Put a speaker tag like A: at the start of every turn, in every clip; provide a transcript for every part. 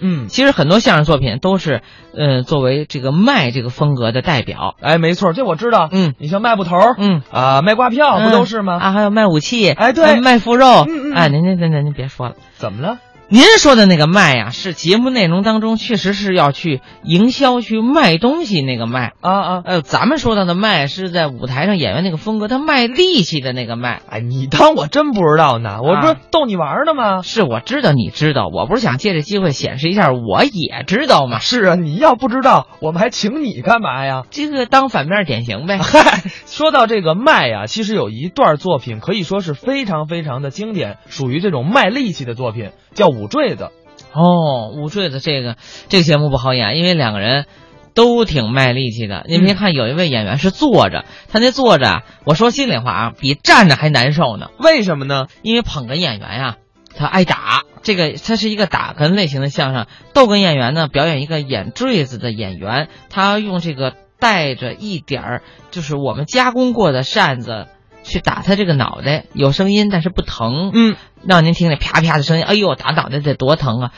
A: 嗯，
B: 其实很多相声作品都是，呃，作为这个卖这个风格的代表。
A: 哎，没错，这我知道。
B: 嗯
A: 你像卖布头儿
B: 嗯，
A: 啊，卖挂票不都是
B: 嗯
A: 吗？
B: 啊，还有卖武器，
A: 哎对
B: 呃卖腐肉。
A: 嗯嗯嗯
B: 哎，您您您您您别说了，
A: 怎么了？
B: 您说的那个卖呀、是节目内容当中确实是要去营销、去卖东西那个卖。
A: 啊啊！
B: 呃，咱们说到的卖是在舞台上演员那个风格，他卖力气的那个卖。
A: 哎，你当我真不知道呢？我不是
B: 啊
A: 逗你玩儿呢吗？
B: 是我知道你知道，我不是想借这机会显示一下我也知道嘛。
A: 是啊，你要不知道，我们还请你干嘛呀？
B: 这个当反面典型呗。
A: 嗨，说到这个卖呀、其实有一段作品可以说是非常非常的经典，属于这种卖力气的作品，叫《五坠子》。
B: 哦，五坠子这个这个节目不好演，因为两个人都挺卖力气的。您别看有一位演员是坐着，他那坐着啊，我说心里话啊，比站着还难受呢。
A: 为什么呢？
B: 因为捧哏演员呀、他爱打，这个他是一个打哏类型的相声。逗哏演员呢，表演一个演坠子的演员，他用这个带着一点儿就是我们加工过的扇子去打他这个脑袋，有声音但是不疼。
A: 嗯，
B: 让您听那啪啪的声音，哎呦，打脑袋得多疼啊！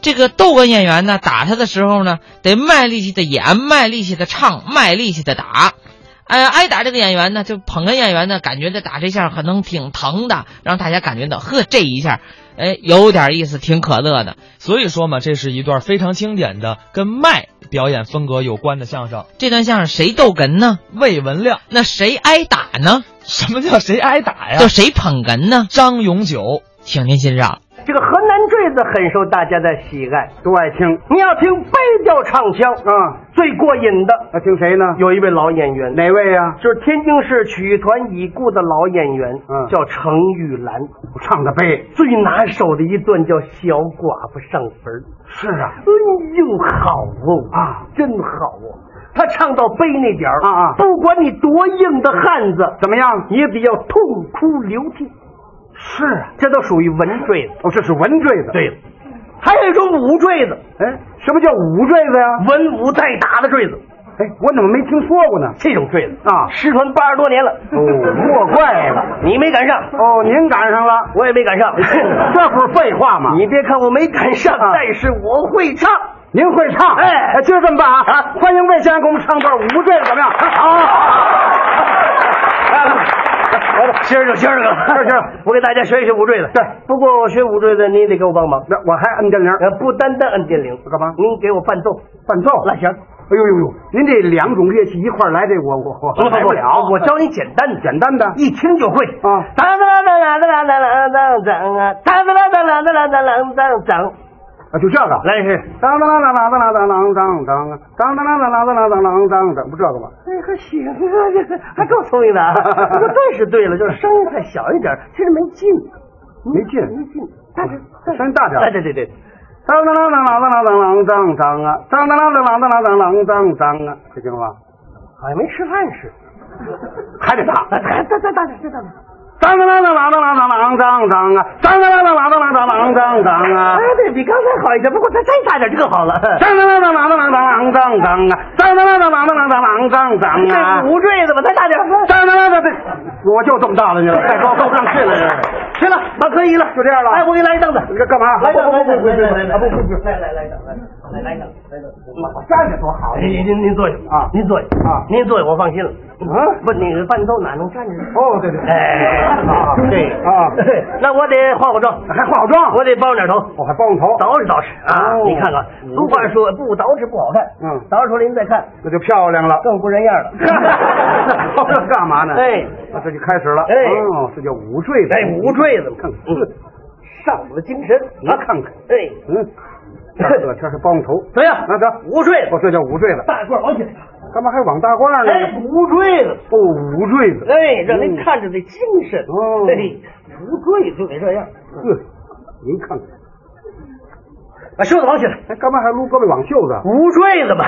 B: 这个逗哏演员呢，打他的时候呢，得卖力气的演，卖力气的唱，卖力气的打。哎，挨打这个演员呢，就捧哏演员呢，感觉这打这下可能挺疼的，让大家感觉到，呵，这一下，哎，有点意思，挺可乐的。
A: 所以说嘛，这是一段非常经典的跟卖表演风格有关的相声。
B: 这段相声谁逗哏呢？
A: 魏文亮，
B: 那谁挨打呢？
A: 什么叫谁挨打哎呀？
B: 就谁捧哏呢？
A: 张永久。
B: 请您欣赏。
C: 这个河南坠子很受大家的喜爱，都爱听。你要听背调唱腔啊，最过瘾的要听谁呢？有一位老演员，哪位啊呀、就是天津市曲艺团已故的老演员，嗯，叫程玉兰。唱的背最拿手的一段叫《小寡妇上坟》。是啊，哎呦，好哦啊，真好哦。他唱到悲那点儿啊啊，不管你多硬的汉子，怎么样，也得要痛哭流涕。是啊，这都属于文坠子。哦，这是文坠子。对，还有一种武坠子。哎，什么叫武坠子呀？文武带打的坠子。哎，我怎么没听说过呢？这种坠子啊，失传八十多年了。哦，莫怪了，你没赶上。哦，您赶上了，我也没赶 上。啊这不是废话吗？你别看我没赶上，但是我会唱。您会唱？哎，就这么办啊！欢迎魏先生给我们唱段武坠子，怎么样？ 好。今儿个，今儿个，今儿今儿，我给大家学一学舞坠子。对，不过我学舞坠子，你得给我帮忙。那我还摁电铃，不单单摁电铃，干嘛？哦您给我伴奏，伴奏。那行。哎呦呦呦，您这两种乐器一块来，这我我我我来不了。我教你简单简单的，一听就会啊。当当当当当当当当当啊，当当当当当当当当当。啊，就这个，来是当当当当当当当当当当啊，当当当当当当当当当当，不这个吗？哎，还行啊，这个还够聪明的啊！不过这是对了，就是声音太小一点，其实没劲，没劲，没劲，大点，声音大点。哎，对对对。当当当当当当当当当当啊，当当当当当当当当当当啊，这行吗？好像没吃饭似的，还得大，还大大大点，再大点。当当当当当当当当当当啊！当当当当当当当当当当啊！哎，对比刚才好一点，不过再再大点就更好了。当当当当当当当当当当啊！当当当当当当当当当啊！这是无坠子吧？再大点！当当当当当，我就这么大了，你再高高不上去了，这是。行了，那可以了，就这样了。哎，我给你来一凳子，你干嘛？来，不不不不不不不，来来来来来来一凳，来一凳，站着多好。哎您您您坐下啊，您坐下啊，您坐下，我放心了。啊，不，你伴奏哪能站着？哦，对对，哎，对啊，那我得化化妆，还化妆，我得包点头，我还包上头，捯饬捯饬啊。你看看，俗话说不捯饬不好看，嗯，捯饬了您再看，那就漂亮了，更不人样了。 这干嘛呢？哎，这就开始了，哎，哦，这叫舞坠子，哎，嗯舞坠子，看看，上我的精神，那看看，哎，嗯。这这是包头，怎么样？那这五坠，我这叫五坠了。大褂往起来，干嘛还往大褂呢？哎，五坠子，哦，五坠子，哎，让您看着这精神。哦，哎，五坠就得这样。呵，您看看，把袖子往起来，哦哎，干嘛还撸胳膊挽袖子？五坠子嘛，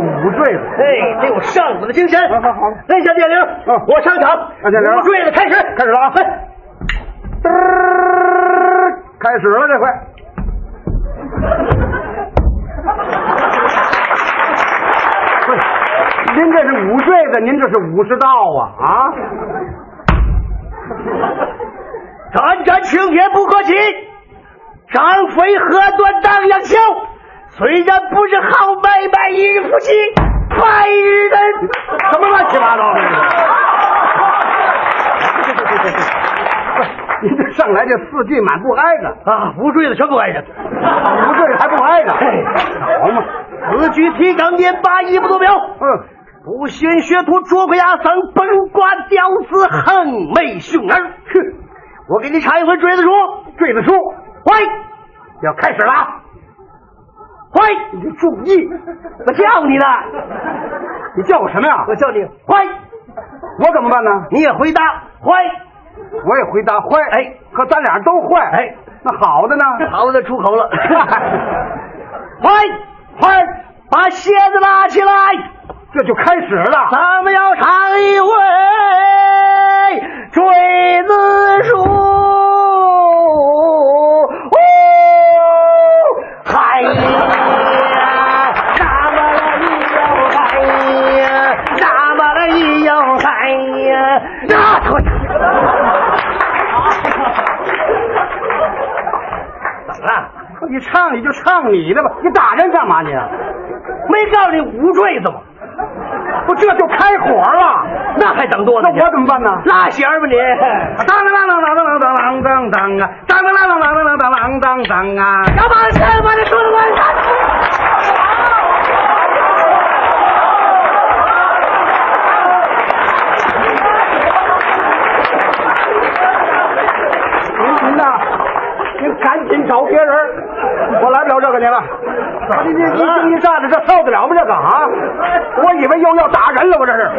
C: 五坠子，哎，得有上午的精神。好好好，摁下电铃，我上场，
D: 按啊电铃
C: 五坠子开始，开始了啊，
D: 开始了，这回
C: 您这是五坠子，您这是武士道啊啊！战战情也不可及，张飞何端荡漾笑，虽然不是好买卖一日夫妻百日恩。
D: 什么乱七八糟的？您这上来这四句满不挨着，
C: 啊，无罪的全不挨着。
D: 不对还不挨着，好嘛？
C: 此举提纲年八一不多表。
D: 嗯，
C: 不宣学徒捉鬼压嗓，崩瓜吊子横眉凶耳。哼，我给你唱一回锥子书，
D: 坠子书
C: 喂，
D: 要开始了啊，
C: 喂，
D: 你就注意，
C: 我叫你呢，
D: 你叫我什么呀？
C: 我叫你喂，
D: 我怎么办呢？
C: 你也回答喂。
D: 我也回答坏，
C: 哎，
D: 可咱俩都坏，
C: 哎，
D: 那好的呢？
C: 好的，出口了。 喂
D: 坏，
C: 把鞋子拉起来，
D: 这就开始了。
C: 咱们要唱一回《坠子书》。哦嗨呀，那么了一哟嗨呀，那么了一哟嗨呀，那可
D: 怎么了？你唱你就唱你的吧，你打人干嘛你？啊
C: 没告诉你无坠子吗？
D: 不，这就开火了。
C: 那还等多呢？
D: 那我怎么办呢？
C: 拉弦儿吧你！
D: 当当当当当当当当当啊！当当当当当当当当当啊！
C: 要把山把这说的完蛋。
D: 您您呐，您赶紧找别人，我来不了这个您了。我这这一惊一乍的，这受得了吗？这个啊，我以为又要打人了，我这是。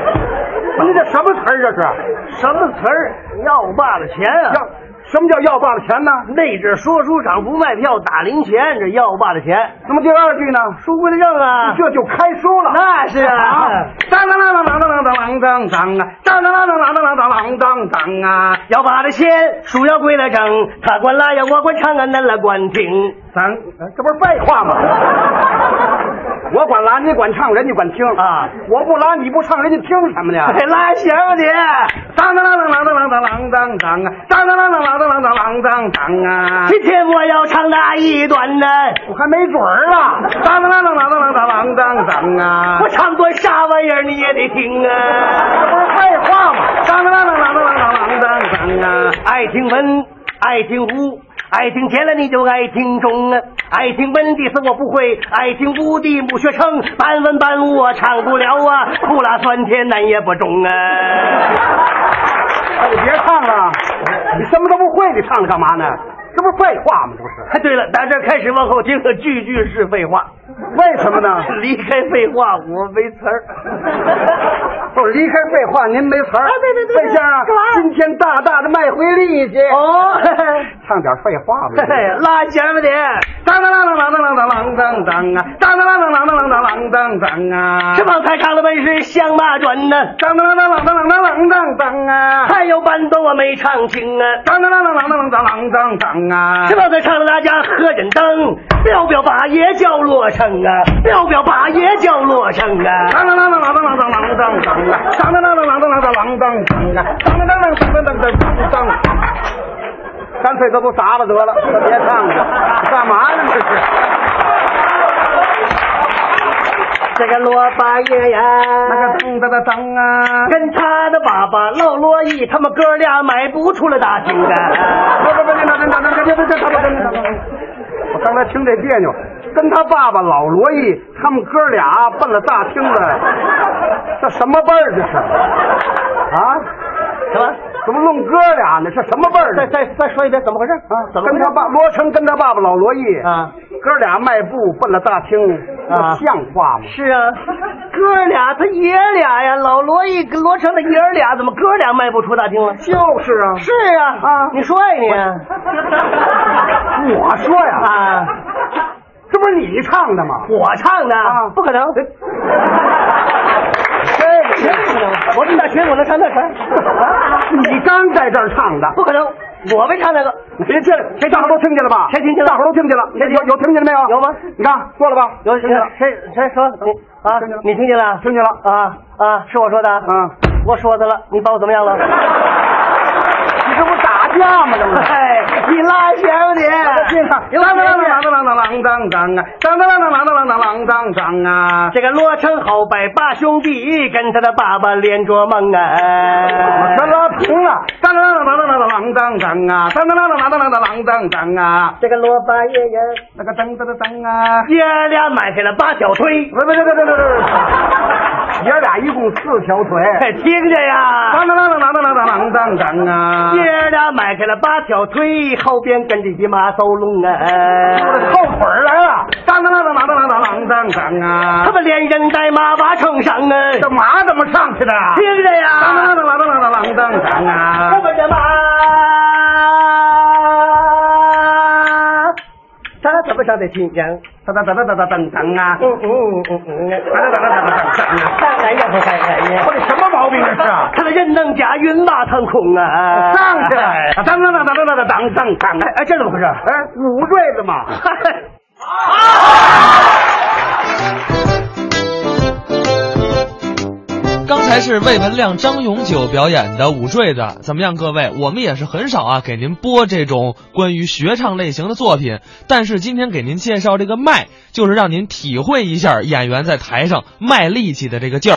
D: 您这什么词儿？这是
C: 什么词儿？要罢了钱
D: 要
C: 啊！
D: 什么叫要罢了钱呢？
C: 那阵说书场不卖票打零钱，这要罢了钱，
D: 那么第二句呢？
C: 书归了正啊！
D: 这就开书了。
C: 那是啊，
D: 当当当当当当当当当啊！当当当当当当当当当啊！
C: 要罢了钱，书要归了正，他管拉呀，我管唱啊，恁来管听。
D: 咱呃这不是废话吗？ 我管拉，你管唱，人家管听
C: 啊！
D: 我不拉，你不唱，人家听什么呢？
C: 还哎拉弦吧你！
D: 啊当当当当当当当当当啊！当当当当当当当当当啊！
C: 今天我要唱那一段呢，
D: 我还没准儿呢！当当当当当当当当当啊！
C: 我唱段啥玩意儿你也得听啊！
D: 这不是废话吗？当当当当当当当当啊！
C: 呃爱听文，爱听武，爱听前了你就爱听中啊！爱听文的词我不会，爱听武的不学成，半文半武我唱不了啊，苦辣酸甜难也不中 啊！
D: 你别唱了，你什么都不会，你唱它干嘛呢？这不是废话吗？这不是？
C: 哎对了，打这开始往后听，句句是废话。
D: 为什么呢？
C: 离开废话，我没词 儿。
D: 不哦离开废话，您没词儿、
C: 啊对对对对
D: 费先生啊
C: 干嘛，
D: 今天大大的卖回力气，
C: 哦，
D: 唱点废话吧。
C: 嘿嘿，拉弦吧你，
D: 当当当当当当当当当当啊！当当当当当当当当当当啊！
C: 这帮台唱的本是响马转呢，
D: 当当当当当当当当当当啊！
C: 还有伴奏我没唱清啊。
D: 当当当当当当当当当啊！
C: 这帮在唱的大家喝盏灯，彪彪把爷叫落成啊，彪彪把爷叫落成啊。
D: 当当当当当当当当当当当啊！当当当当当当当当当当啊！当当当当当当当当当。干脆都都砸了得了，别唱了，干嘛呢？这是。
C: 这个罗八爷呀，
D: 那个噔噔噔噔啊！
C: 跟他的爸爸老罗一，他们哥俩迈不出了大厅啊。
D: 不不不，那那那那那那我刚才听这别扭，跟他爸爸老罗毅他们哥俩奔了大厅了，这什么辈儿这是？啊？
C: 什么？
D: 怎么弄哥俩呢？这什么辈儿？
C: 再再再说一遍，怎么回事啊？怎么回啊
D: 跟
C: 事
D: 他？爸罗成跟他爸爸老罗毅，哥俩迈步奔了大厅，像话吗？
C: 是啊，哥俩他爷俩呀，老罗一跟罗成的爷儿俩，怎么哥俩迈不出大厅了？
D: 就是啊，
C: 是啊，
D: 啊
C: 你说呀你
D: 我说呀，
C: 啊，
D: 这不是你唱的吗？
C: 我唱的、
D: 啊
C: 不可能。
D: 这
C: 我这么大学我能唱那词儿？
D: 你刚在这儿唱的，
C: 不可能，我没唱那个。
D: 别进来，这大伙都听见了吧？
C: 谁听见了
D: 大伙都听见了，有有听见了没有？
C: 有吗
D: 你看过了吧？
C: 有
D: 听见了，
C: 谁谁说你啊
D: 听见了？
C: 你听见了？
D: 听见了
C: 啊啊！是我说的。
D: 嗯，
C: 我说的了，你把我怎么样了？
D: 你这不打击架吗？这不是。
C: 哎，你拉小 姐，
D: 欣赏
C: 有
D: 当当
C: 没有
D: 当当当当当当当啊！当当当当当当当当当啊！
C: 这个罗成好拜八兄弟，跟他的爸爸连着梦啊。
D: 全拉平了，当当当当当当当当啊！当当当当当当当当当啊！
C: 这个罗八爷呀，
D: 那个噔噔噔噔啊！
C: 爷儿俩买下了八条腿，
D: 不不不不不不，爷俩一共四条腿。啊
C: 听着呀，
D: 当当当当当当当当当啊！
C: 爷儿俩买下了八条腿，后边跟着一马走龙
D: 我这
C: 啊。
D: 后腿来了，当当当当当当当当当啊
C: 他！们连人带马把冲上啊，
D: 这马怎么上去的？
C: 听着
D: 当当当当当当当
C: 呀，他
D: 当当当啊！
C: 们的马，他怎么上得新疆？
D: 当当当当当当当当啊！
C: 嗯嗯嗯嗯，
D: 当当当当当当当啊！
C: 当然也不敢敢呀
D: 我。这什么毛病这是？啊
C: 他的任能甲云马腾空啊，
D: 上去了！当当当当当当当当当！哎哎，这怎么回事？哎，五坠子嘛。
A: 刚才是魏文亮、张永久表演的舞坠子，怎么样，各位？我们也是很少啊给您播这种关于学唱类型的作品，但是今天给您介绍这个卖，就是让您体会一下演员在台上卖力气的这个劲儿。